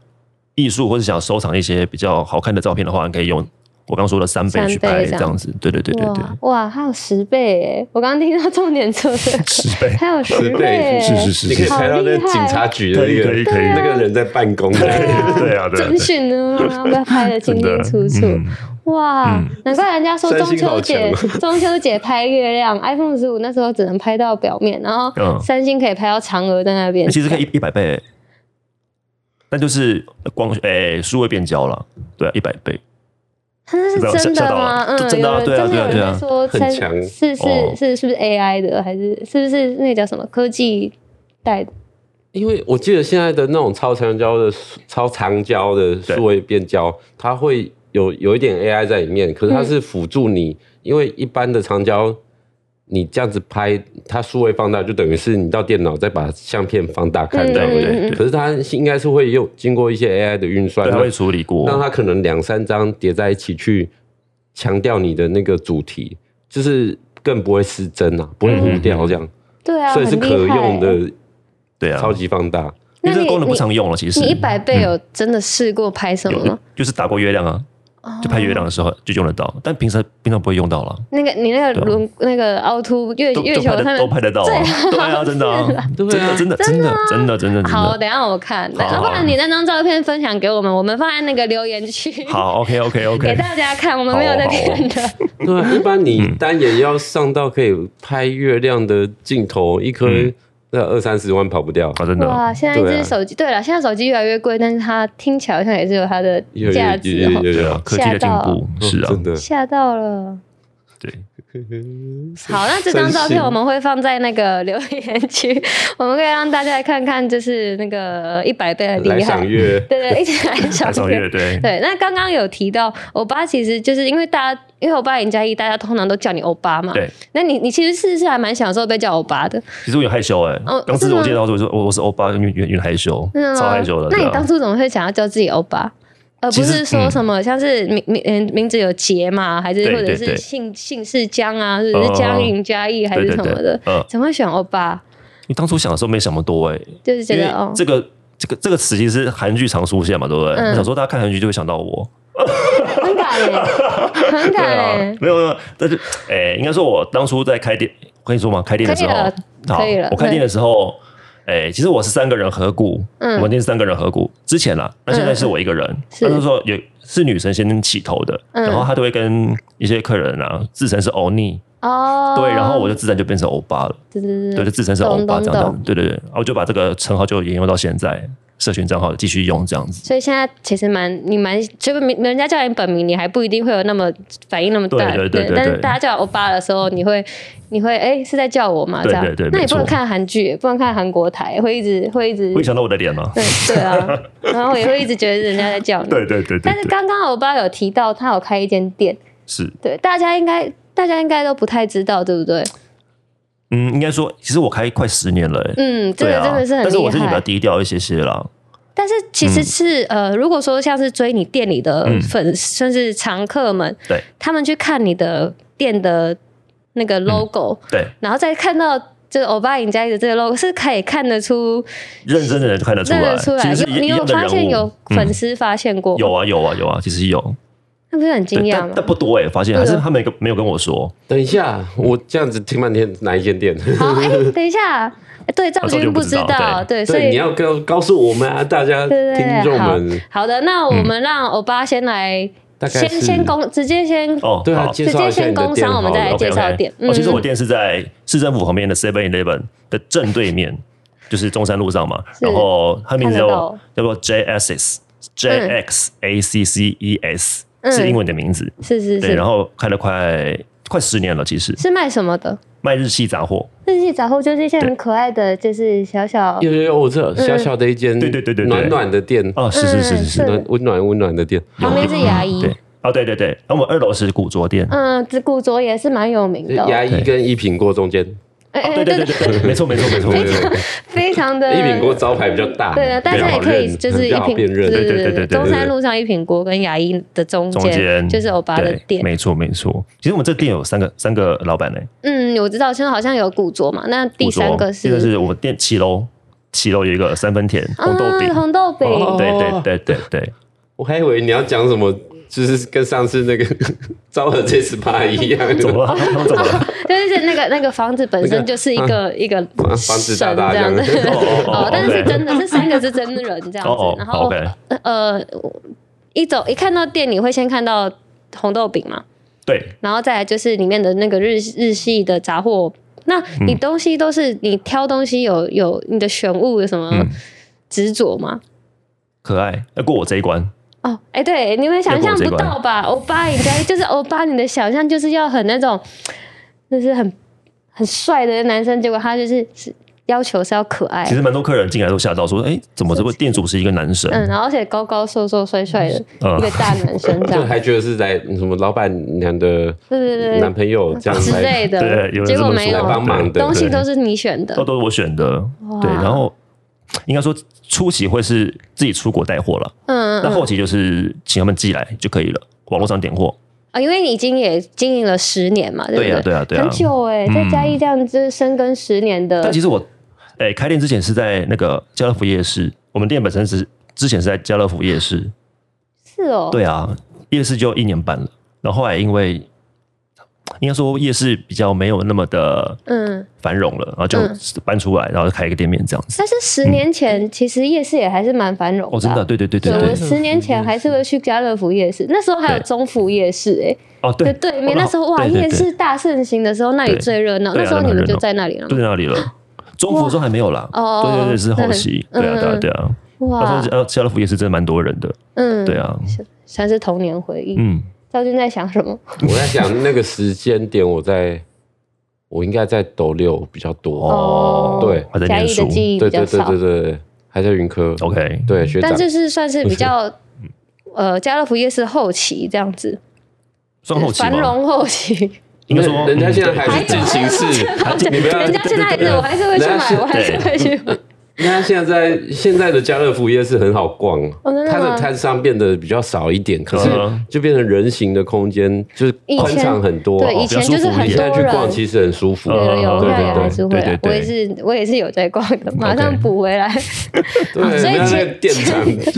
S3: 艺术，或者想要收藏一些比较好看的照片的话，你可以用我刚说的三倍
S2: 三
S3: 去
S2: 倍
S3: 拍
S2: 这
S3: 这
S2: 样
S3: 样子。对对对对对，，
S2: 哇哇，还有十倍耶！我刚刚听到重点做这个
S3: 十倍
S2: 还有十
S4: 十倍
S2: 倍耶，
S3: 是是是
S4: 你可以
S3: 是，
S4: 拍到那个
S2: 哦
S4: 警察局的那
S3: 可
S4: 个
S3: 以可以可以
S4: 那个人在办公的，
S3: 对啊对
S2: <laughs>
S3: 啊
S2: 真训
S3: <laughs>
S2: 呢，要不要拍的清
S3: 真的
S2: 清楚楚？
S3: <laughs> 嗯
S2: 哇，难怪人家说
S4: 三
S2: 中
S4: 星
S2: 秋
S4: 好
S2: 节、 <laughs> 中秋节拍月亮，iPhone 十五那时候只能拍到表面，然后
S3: 嗯
S2: 三星可以拍到嫦娥在那边。
S3: 欸其实可以一百倍欸，但就是光诶数、位变焦了，对、啊，一百倍。
S2: 那是真
S3: 吓吓
S2: 的
S3: 到
S2: 吗
S3: 了？
S2: 嗯，
S3: 真的啊
S2: 有人
S3: 对啊
S2: 真的有
S3: 对啊对
S2: 人
S3: 啊
S2: 在说
S4: 很
S2: 三
S4: 强
S2: 是是
S3: 哦
S2: 是是不是 AI 的，还是是不是那个叫什么科技带的？
S4: 因为我记得现在的那种超长焦的超长焦的
S3: 对
S4: 数位变焦，它会有有一点 AI 在里面，可是
S2: 嗯
S4: 它是辅助你，因为一般的长焦。你这样子拍，它数位放大就等于是你到电脑再把相片放大看，
S2: 嗯
S4: 对不
S3: 嗯嗯
S4: 对？
S3: 嗯
S4: 可是它应该是会用经过一些 AI 的运算，
S3: 对，它
S4: 它
S3: 会处理过。
S4: 让它可能两三张叠在一起去强调你的那个主题，就是更不会失真啊，
S3: 嗯
S4: 不会糊掉这样，
S2: 对啊，
S4: 所以是
S2: 很厉害
S4: 可
S2: 欸。
S4: 用的
S3: 对啊，
S4: 超级放大。
S3: 因
S2: 那
S3: 为这
S2: 你
S3: 个功能不
S2: 你
S3: 常用了，其实
S2: 你一百倍有真的试过拍什么
S3: 嗯有
S2: 吗？
S3: 就是打过月亮啊，就拍月亮的时候就用得到，但平常平常不会用到了。
S2: 那个你那个
S3: 对啊
S2: 轮那个凹凸月
S3: 都
S2: 月
S3: 都
S2: 球
S3: 拍
S2: 上
S3: 得都
S2: 面。
S3: 拍得到啊，对啊，真的啊，真
S4: 对啊
S3: 的真的真的真的真的真
S2: 好，
S3: 的，
S2: 等一下我看，
S3: 好好
S2: 要不然你那张照片分享给我们，我们放在那个留言区
S3: 好，OK
S2: <laughs>
S3: OK
S2: 给
S3: OK，
S2: 大家看，我们没有在骗的。 <laughs>
S4: 对啊，一般你单眼要上到可以拍月亮的镜头，一颗那二三十万跑不掉，
S3: 好，真的
S2: 哇，现在一
S4: 对
S2: 只
S4: 啊
S2: 手机，对了，现在手机越来越贵，但是它听起来好像也是有它的
S4: 有有
S2: 价
S4: 有
S2: 值
S4: 有
S2: 哦。
S4: 有
S3: 对
S4: 有
S3: 啊，，科技的进步是啊，
S4: 哦真的。
S2: 吓到了！
S3: 对，
S2: 好，那这张照片我们会放在那个留言区，我们可以让大家来看看，就是那个一百倍的
S4: 来
S2: 厉害
S4: 赏。月，
S2: 对对，一起来赏
S3: 来赏
S2: 月
S3: 月，对，
S2: 对，那刚刚有提到欧巴，其实就是因为大家，因为欧巴林加一，大家通常都叫你欧巴嘛。
S3: 对。
S2: 那你你其实是是还蛮享受被叫欧巴的，
S3: 其实我有点害羞哎
S2: 哦，
S3: 刚
S2: 真
S3: 自
S2: 的吗
S3: 我介绍的时候我说我我是欧巴，有点有点害羞
S2: 真的，吗
S3: 超害羞的。
S2: 嗯那
S3: 对
S2: 你
S3: 啊
S2: 当初怎么会想要叫自己欧巴？而不
S3: 其实
S2: 是说
S3: 嗯
S2: 什么像是名名嗯名字有杰嘛，还是
S3: 对
S2: 或者
S3: 对
S2: 是
S3: 对
S2: 姓姓氏江啊，或者是江云嘉义还
S3: 对
S2: 是
S3: 对
S2: 什么的
S3: 对，，呃，
S2: 怎么会选欧巴？
S3: 你当初想的时候没想那么多哎，
S2: 就是觉
S3: 因为
S2: 得哦，
S3: 这个这个这个词其实是韩剧常出现嘛，对不对？
S2: 嗯
S3: 我想说大家看韩剧就会想到我，
S2: 很敢哎，
S3: <laughs>
S2: 很敢
S3: 啊
S2: 哎，，
S3: 没有没有，但是哎，应该说我当初在开店，我跟你说嘛，开店的时候
S2: 可以了，可以了
S3: 我开店的时候。哎、其实我是三个人合股，
S2: 嗯
S3: 我们店是三个人合股。之前啦，那现在是我一个人。
S2: 是
S3: 那时候有是女生先起头的，
S2: 嗯
S3: 然后她都会跟一些客人啊自称是欧尼，
S2: 哦，嗯
S3: 对，然后我就自然就变成欧巴了。
S2: 对对
S3: 对，就
S2: 对，
S3: 自称是欧巴
S2: 懂
S3: 这
S2: 懂
S3: 样这样，对对对，然后我就把这个称号就沿用到现在，社群账号继续用这样子。
S2: 所以现在其实蛮你蛮，就是名人家叫你本名，你还不一定会有那么反应那么大，
S3: 对对对对
S2: 但是
S3: 对
S2: 大家叫我欧巴的时候，你会你会哎、是在叫我吗？这
S3: 对
S2: 样，
S3: 对对
S2: 那你
S3: 没
S2: 不
S3: 错
S2: 能看韩剧，不能看韩国台，会一直会一直
S3: 会想到我的脸吗？
S2: 对对
S3: <laughs>
S2: 啊，然后也会一直觉得人家在叫你。
S3: 对对对对
S2: 但是
S3: 对，
S2: 刚刚欧巴有提到他有开一间店，
S3: 是，
S2: 对大家应该大家应该都不太知道，对不对？
S3: 嗯，应该说，其实我开快十年了、欸，
S2: 嗯，这
S3: 对
S2: 个
S3: 啊，
S2: 真的是很
S3: 但是
S2: 厉
S3: 我最近比较
S2: 害。
S3: 低调一些些啦，
S2: 但是其实是、呃，如果说像是追你店里的
S3: 嗯
S2: 粉，甚至常客们，
S3: 对
S2: 他们去看你的店的那
S3: 嗯
S2: 个 logo，、
S3: 对，
S2: 然后再看到就是欧巴赢家的这个 logo，是可以看得出、
S3: 认真的人就看得出
S2: 认
S3: 来，
S2: 得出来。
S3: 其实
S2: 有
S3: 是一
S2: 你
S3: 一
S2: 有
S3: 样的
S2: 发
S3: 人
S2: 现
S3: 物
S2: 有
S3: 嗯
S2: 粉丝发现过？
S3: 有，啊有啊有啊，其实有，
S2: 那不是很惊
S3: 对，
S2: 讶
S3: 但
S2: 吗？
S3: 但不多哎、发现
S2: 对
S3: 还
S2: 啊
S3: 是他没跟没有跟我说，
S4: 等一下，我这样子听半天，哪一间店？
S2: 好，
S3: <laughs>
S2: 哎、等一下，哎对，赵
S3: 赵
S2: 军
S3: 军不
S2: 知
S3: 知道
S2: 道，对，所
S4: 对，你
S2: 以。
S4: 要告告诉我们啊，大家
S2: 对对
S4: 听
S2: 对，
S4: 众
S2: 好
S4: 们，
S3: 嗯
S2: 好的，那我们让欧巴先来
S4: 大概
S2: 先
S4: 是
S2: 先工直接先
S3: 哦，
S4: 对啊
S3: 好
S4: 介
S2: 直
S4: 绍
S2: 接
S4: 一下
S2: 先
S4: 你的
S2: 工
S4: 店
S2: 商，我们
S4: 好
S2: 再
S4: 了
S2: 来介绍嗯
S3: OK，OK
S2: 店。
S3: 哦，其实我店是在市政府旁边的 Seven Eleven 的正对面，就是中山路上嘛。
S2: 是
S3: 然后它名字
S2: 看
S3: 叫
S2: 得到
S3: 叫做 JSS J X A C C E S，是
S2: 嗯
S3: 英文的名字。
S2: 是是
S3: 对，然
S2: 是
S3: 后开了快快十年了，其实
S2: 是卖什么的？
S3: 卖日系杂货。
S2: 日系杂货就是一些很可爱的，就是小小
S4: 有有有，我这小小的一间，
S3: 对对对对对
S4: 暖暖的店，
S3: 哦，是是是是
S2: 嗯
S3: 是，
S4: 暖温暖温暖的店，
S2: 旁边是牙医，
S3: 对。哦，对对对，然后我们二楼是古着店。哦
S2: 嗯，这古着也是蛮有名的哦。
S4: 牙医
S3: 对
S4: 跟一品锅中间，一
S2: 哎
S3: 哦
S2: 哎
S3: 对对对对，没错没错没错，
S4: 对对
S3: 对
S2: 非常的
S4: 品锅招牌比较大，
S2: 对啊，大家也可以就是
S4: 比
S2: 一
S4: 较好
S2: 品，
S4: 辨认，
S2: 对
S3: 对
S2: 对
S3: 对对对
S2: 中山路上一品锅跟牙医的中
S3: 中间
S2: 就是欧巴的
S3: 对
S2: 店。
S3: 没错没错。其实我们这店有三个三个老板呢，
S2: 嗯，我知道，现在好像有古着嘛，那第三个
S3: 这个
S2: 是
S3: 是我们店七楼，七楼有一个三分甜红豆饼
S2: 啊，，红豆饼，
S4: 哦
S3: 对对对对对， <laughs>
S4: 我还以为你要讲什么，就是跟上次那个 <laughs> 招了这次趴一样，
S3: 怎么了？他们怎么了？
S2: <laughs> 就是那个那个房子本身就是一个一个
S4: 房
S2: 神
S4: 子大大
S2: 这样子
S4: 这样，
S3: 哦哦
S2: <laughs> 哦
S3: 哦，
S2: 但是是
S3: OK
S2: 真的，这三个是真人这样
S3: 哦
S2: 子
S3: 哦，
S2: 然
S3: 好
S2: 后
S3: ，OK，
S2: 呃，一走一看到店，你会先看到红豆饼嘛，
S3: 对，
S2: 然后再来就是里面的那个日日系的杂货。那
S3: 嗯
S2: 你东西都是你挑东西有有你的选物有什么
S3: 嗯
S2: 执着吗？
S3: 可爱，要过我这一关，
S2: 哦，哎、对，你们想象不到吧？欧巴应该就是欧巴，你的想象就是要很那种，就是很很帅的男生，结果他就是是要求是要可爱
S3: 其，实蛮多客人进来都吓到，说，哎，怎么这个店主是一个男生？
S2: 嗯，然后而且高高瘦瘦帅帅的
S3: 嗯
S2: 一个大男生这
S4: <laughs>
S3: <laughs>
S4: 就
S2: 样，
S4: 还觉得是来什么老板娘的
S2: 对对
S4: 男
S2: 对
S4: 朋友这样
S2: 之
S4: 来
S2: 类
S3: 对
S2: 的，，
S3: 有人
S2: 结
S3: 这
S2: 果
S3: 么
S2: 没
S3: 说，
S2: 有
S4: 来，帮忙的
S2: 东西
S4: 对
S2: 都是你选的
S3: 都，都是我选的，对，
S2: 哇
S3: 然后应该说初期会是自己出国带货了，
S2: 嗯
S3: 那
S2: 嗯
S3: 后期就是请他们寄来就可以了，网络上点货，
S2: 啊，因为你已经也经营了十年嘛，对不
S3: 对呀啊对呀对呀
S2: 很久哎，在嘉义这样子深耕十年的
S3: 但，其实我，哎、开店之前是在那个家乐福夜市，我们店本身是之前是在家乐福夜市，
S2: 是哦，
S3: 对啊，夜市就一年半了。然后后来因为应该说夜市比较没有那么的
S2: 嗯，
S3: 繁荣了，然后就
S2: 嗯
S3: 搬出来，然后就开一个店面这样子。
S2: 但是十年前其实夜市也还是蛮繁荣的啊，
S3: 哦，嗯真的，对对对对
S2: 对，我
S3: 对，
S2: 十年前还是会去家乐福夜市，那时候还有
S3: 对
S2: 中福夜市、欸，
S3: 哦
S2: 哎，
S3: 对
S2: 对面
S3: 哦
S2: 那时候哇，
S3: 对对
S2: 夜
S3: 对
S2: 市大盛行的时候，那里
S3: 对
S2: 最热闹，
S3: 对啊
S2: 那时候
S3: 那
S2: 你
S3: 很
S2: 们
S3: 热
S2: 就
S3: 闹
S2: 在那里了
S3: 就。在那里了。中福的时候还没有啦，
S2: 哦
S3: 对对对，是后期，
S2: 那
S3: 对
S2: 很
S3: 啊对啊对啊。那
S2: 哇
S3: 时，候呃，家乐福夜市真的蛮多人的，
S2: 嗯，
S3: 对，啊，
S2: 算是童年回忆。
S3: 嗯，
S2: 赵军在想什么？
S4: 我在想那个时间点，我在我应该在斗六比较多，
S2: 哦
S4: 对
S3: 还在
S2: 嘉
S3: 念
S2: 义的
S3: 书
S2: 记忆比
S4: 对对
S2: 较
S4: 对
S2: 少
S4: 对，对，对还在云科
S3: ，OK，
S4: 对学长
S2: 但，就是算是比较呃家乐福夜市后期这样子，
S3: 算后期
S2: 繁
S3: 吗？
S2: 荣后
S4: <laughs>
S2: 期。
S3: 应该说
S4: 人家
S3: 嗯
S4: 现在
S3: 对
S4: 还是进行式，你们要
S2: 人家现在还是，我还是会去
S4: 人家
S2: 买，
S4: 是
S2: 我还是会去买。
S4: 那现在现在的家乐福夜市很好逛，
S2: 哦真的吗
S4: 它的摊商变得比较少一点，可是
S3: 嗯
S4: 就变成人行的空间，就是
S2: 以前
S4: 宽敞很多。
S2: 对，以
S4: 哦
S2: 前
S3: 比较
S2: 就
S3: 舒
S2: 是
S3: 服
S2: 很
S3: 一
S4: 你
S3: 点
S4: 现在
S2: 多
S4: 去逛啊
S2: 人。
S4: 其实很舒服。
S2: 有有有，
S3: 嗯对
S2: 未来
S3: 对
S2: 还是会来
S3: 对对，
S2: 我
S3: 对
S2: 也是我也是有在逛的，马上补回来。
S4: 对，
S2: 啊所以
S4: 那
S2: 其
S4: 那个店长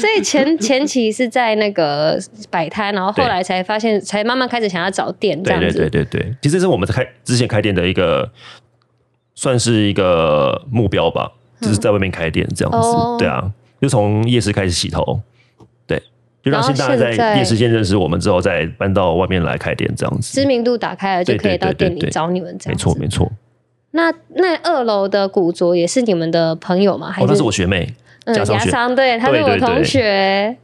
S2: 所以前前期是在那个摆摊，然后后来才发现，才慢慢开始想要找店这
S3: 对
S2: 样
S3: 对
S2: 子。
S3: 对对对，其实这是我们开之前开店的一个，算是一个目标吧，就是在外面开店这样子。
S2: 嗯哦
S3: 对啊，就从夜市开始洗头，对，就让
S2: 然后
S3: 新大家
S2: 现在
S3: 在夜市先认识我们之后，再搬到外面来开店这样子
S2: 知。名度打开了，就可以到店里找你们这
S3: 没
S2: 样
S3: 错，
S2: 子。
S3: 没错。
S2: 那那二楼的古着也是你们的朋友吗？还
S3: 哦，那
S2: 是
S3: 是我学妹，
S2: 嗯
S3: 家
S2: 牙
S3: 商学。
S2: 商？对，他是
S3: 对
S2: 我
S3: 对对
S2: 同学，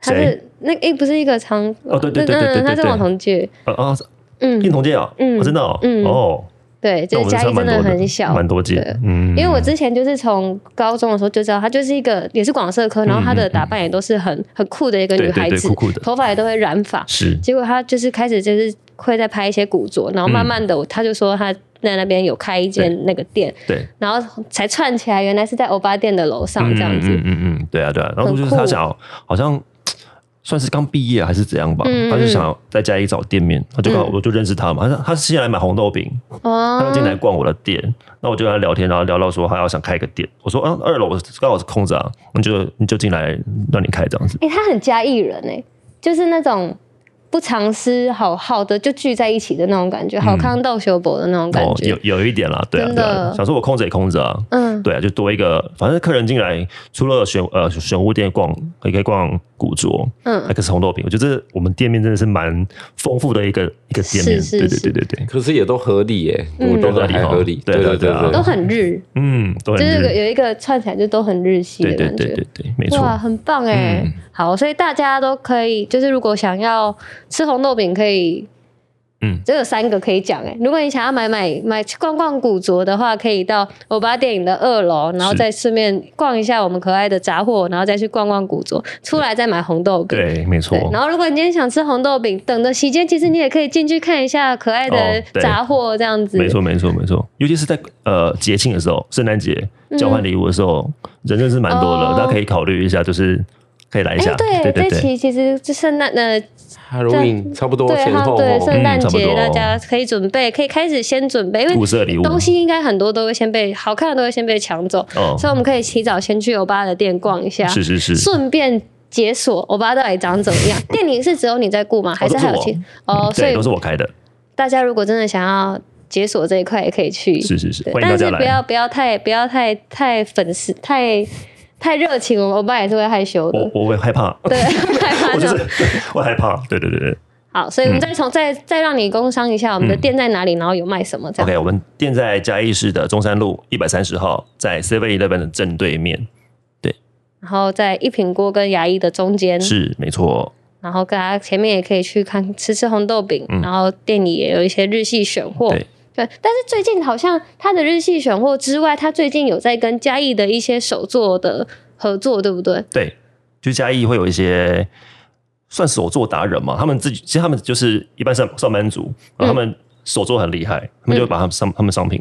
S2: 他是
S3: 谁
S2: 那诶不是一个长
S3: 哦对对对
S2: 嗯
S3: 对对对
S2: 他是网红剧，
S3: 啊啊，
S2: 嗯
S3: 印，同届啊，
S2: 嗯
S3: 哦真的哦
S2: 嗯
S3: 哦，
S2: 对，
S3: 那
S2: 就
S3: 我
S2: 是
S3: 们
S2: 嘉义
S3: 算
S2: 真
S3: 蛮
S2: 的
S3: 多
S2: 很小，
S3: 蛮多届
S2: 对，
S3: 嗯，
S2: 因为我之前就是从高中的时候就知道，她就是一个也是广社科，然后她的打扮也都是很很酷的一个女孩子，
S3: 嗯对对对酷酷的
S2: 头发也都会染发。
S3: 是
S2: 结果她就是开始就是会在拍一些古着，然后慢慢的她就说她在那边有开一间那个店，
S3: 嗯对。
S2: 然后才串起来，原来是在欧巴店的楼上这样子。
S3: 嗯嗯嗯嗯，对啊对啊。然后就是
S2: 很
S3: 他
S2: 酷
S3: 想要好像算是刚毕业还是怎样吧，
S2: 嗯嗯
S3: 他就想要在家里找店面，他就刚好
S2: 嗯
S3: 我就认识他嘛，他他是先来买红豆饼，他就进来
S2: 哦，
S3: 逛我的店，那我就跟他聊天，然后聊到说他要想开一个店，我说啊二楼刚好是空着啊，你就你就进来让你开这样子，
S2: 哎、她很嘉义人哎、就是那种。不藏私，好好的就聚在一起的那种感觉，好康斗修博的那种感
S3: 嗯哦
S2: 觉
S3: 有。有一点啦，对啊
S2: 真的
S3: 对啊，想说我空着也空着啊。
S2: 嗯，
S3: 对啊，就多一个，反正客人进来，除了选呃选物店逛，也可以逛古着，
S2: 嗯，
S3: X 红豆饼，我觉得这我们店面真的是蛮丰富的一个一个店
S2: 是
S3: 面，
S2: 是
S3: 对
S2: 是
S3: 对对对对，
S4: <laughs> 可是也都合理耶，
S2: 嗯
S4: 我觉
S3: 都
S4: 得还
S3: 合理哦
S4: 合理。
S3: 对
S4: 对
S3: 对啊
S4: 对，
S2: 都很日，
S3: 嗯，都很
S2: 就是有
S3: 日
S2: 个有一个串起来就都很日系
S3: 对
S2: 的
S3: 对
S2: 感觉。
S3: 对对对，没
S2: 哇，
S3: 错，
S2: 很棒哎、
S3: 嗯
S2: 好，所以大家都可以，就是如果想要吃红豆饼，可以，
S3: 嗯
S2: 只有三个可以讲哎、如果你想要买买买逛逛古着的话，可以到欧巴电影的二楼，然后
S3: 是
S2: 再顺便逛一下我们可爱的杂货，然后再去逛逛古着，出来再买红豆饼。
S3: 对，没错嗯
S2: 对，，然后如果你今天想吃红豆饼，等的期间其实你也可以进去看一下可爱的
S3: 哦对
S2: 杂货，这样子。
S3: 没错没错没错，尤其是在呃节庆的时候，圣诞节交换礼物的时候，人真的是蛮多
S2: 嗯哦
S3: 的，大家可以考虑一下，就是可以来一
S2: 哎、
S3: 下，
S2: 对，
S3: 对对
S2: 这
S3: 对，
S2: 期其实就圣诞呃
S4: 哈罗因差不多
S2: 对，
S4: 前
S2: 哈，
S4: 后
S2: 对，
S4: 吼
S2: 圣诞
S3: 嗯差不
S2: 节
S3: 多
S2: 大家可以准备，可以开始先准备，因
S3: 物
S2: 为
S3: 色礼物
S2: 东西应该很多都会先被好看的都会先被抢走，
S3: 哦
S2: 所以我们可以提早先去欧巴的店逛一下，
S3: 是是是，
S2: 顺便解锁欧巴到底长怎么样。店里是只有你在顾吗？还是
S3: 都是
S2: 还有
S3: 我嗯
S2: 其哦？所
S3: 对，
S2: 以
S3: 都是我开的，
S2: 大家如果真的想要解锁这一块，也可以去。
S3: 是是是
S2: 对，
S3: 欢迎大
S2: 但是
S3: 家
S2: 不要
S3: 来。
S2: 不要太不要太太粉丝太太热情，我们欧巴也是会害羞
S3: 我
S2: 的。
S3: 我会害怕， <laughs>
S2: 对， <laughs> 害怕
S3: 哦我
S2: 这
S3: 就
S2: 种
S3: 是 <laughs> 我害怕，对对对对。
S2: 好，所以我
S3: 嗯
S2: 们再从、再再让你工商一下我们的店在哪里，然后有卖什么这样。
S3: OK，我们店在嘉义市的中山路一百三十号，在 Seven Eleven 的正对面，
S2: 然后在一品锅跟牙医的中间，
S3: 是没错。
S2: 然后大家前面也可以去看吃吃红豆饼，然后店里也有一些日系选货。
S3: 嗯对
S2: 对，但是最近好像它的日系选货之外，它最近有在跟嘉义的一些手作的合作，对不对？
S3: 对，就嘉义会有一些算手作达人嘛，他们自己其实他们就是一般上上班族，然
S2: 嗯
S3: 后他们手作很厉害，他们就把他们商他们商品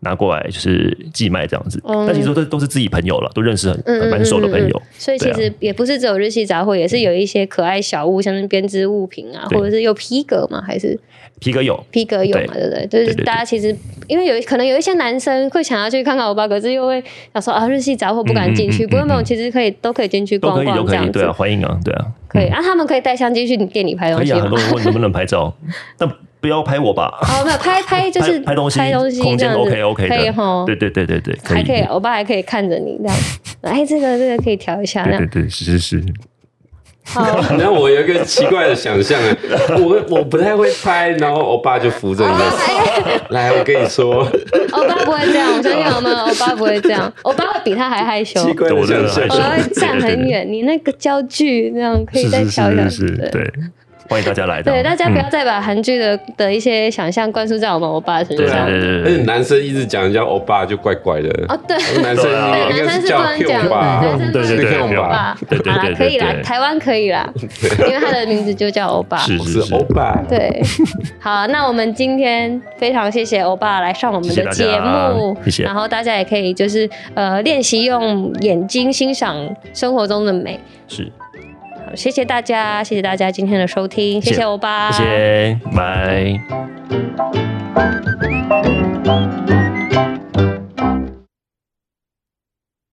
S3: 拿过来就是寄卖这样子。
S2: 嗯
S3: 但其实都都是自己朋友了，都认识很
S2: 嗯嗯
S3: 很蛮熟的朋友。
S2: 所以其
S3: 对啊
S2: 实也不是只有日系杂货，也是有一些可爱小物，像是编织物品啊，
S3: 对
S2: 或者是有皮革嘛，还是
S3: 皮革有，
S2: 皮革有嘛，对不对？就是
S3: 对对
S2: 大家其实因为有可能有一些男生会想要去看看欧巴，可是又会想说啊，日系杂货不敢进去，
S3: 嗯嗯嗯
S2: 不用不
S3: 嗯
S2: 用，
S3: 嗯
S2: 其实可以都可以进去
S3: 都可
S2: 逛
S3: 以都
S2: 逛这
S3: 可以，
S2: 样子
S3: 对，啊，欢迎啊，对啊，
S2: 可以。啊，他们可以带相机去你店里拍
S3: 可
S2: 东
S3: 以
S2: 西
S3: 啊。很
S2: 吗
S3: 多？人问能不能
S2: <laughs>
S3: 拍照，但不要拍我吧，
S2: 哦，没有拍拍就是
S3: 拍拍东西，
S2: 拍东西
S3: 空
S2: 这
S3: 间
S2: 样子
S3: OK OK
S2: 可以
S3: 的，
S2: 吼
S3: 对。对对对对，可
S2: 还
S3: 以，
S2: 可以，
S3: 对
S2: 欧巴还可以看着你这样，哎，这个这个可以调一下，这样
S3: 对对，是是是，
S2: 好，
S4: <laughs> 然后我有一个奇怪的想象
S2: <laughs>
S4: 哎，我我不太会拍，然后我爸就扶着你
S2: 哦
S4: 的手，来，我跟你
S2: <laughs>
S4: 说，
S2: 欧巴不会这样，我相信我们欧巴不会这
S3: <laughs>
S2: 样，欧巴会比他还害羞，
S4: 奇怪
S3: 对
S4: 的
S3: 我真
S4: 想
S3: 的害
S4: 象
S3: 羞
S2: 我。会站很远，你那个焦距那样可以
S3: 是
S2: 再
S3: 是
S2: 调一
S3: 是
S2: 下。
S3: 是是，对，欢迎大家来的。
S2: 对，大家不要
S3: 嗯
S2: 再把韩剧的的一些想象灌输在我们欧巴身
S3: 对
S2: 上。
S3: 对对
S4: 而
S3: 对
S4: 且
S3: 对，
S4: 男生一直讲人家欧巴就怪怪的，
S2: 哦，对。
S4: 男生
S3: 对啊
S4: 应
S2: 对，男
S4: 该
S2: 生
S4: 是
S2: 是
S4: 叫
S2: 不能
S4: Q
S2: 讲，
S4: 吧，
S2: 男生不
S3: 对
S2: 能
S3: 嗯对
S2: 讲
S3: 对
S2: 欧巴
S3: 对对对对对
S2: 好啦，可以啦
S3: 对，
S2: 台湾可以啦，因为他的名字就叫欧巴。
S3: 是
S4: 我
S3: 是
S4: 是
S3: 是
S4: 欧，巴，
S2: 对，好，那我们今天非常谢谢欧巴来上我们的
S3: 谢
S2: 节
S3: 谢大家
S2: 目，
S3: 谢谢
S2: 然后大家也可以就是呃练习用眼睛欣赏生活中的美。
S3: 是，
S2: 好，谢谢大家，谢谢大家今天的收听，谢
S3: 谢
S2: 谢欧巴，
S3: 谢谢，拜。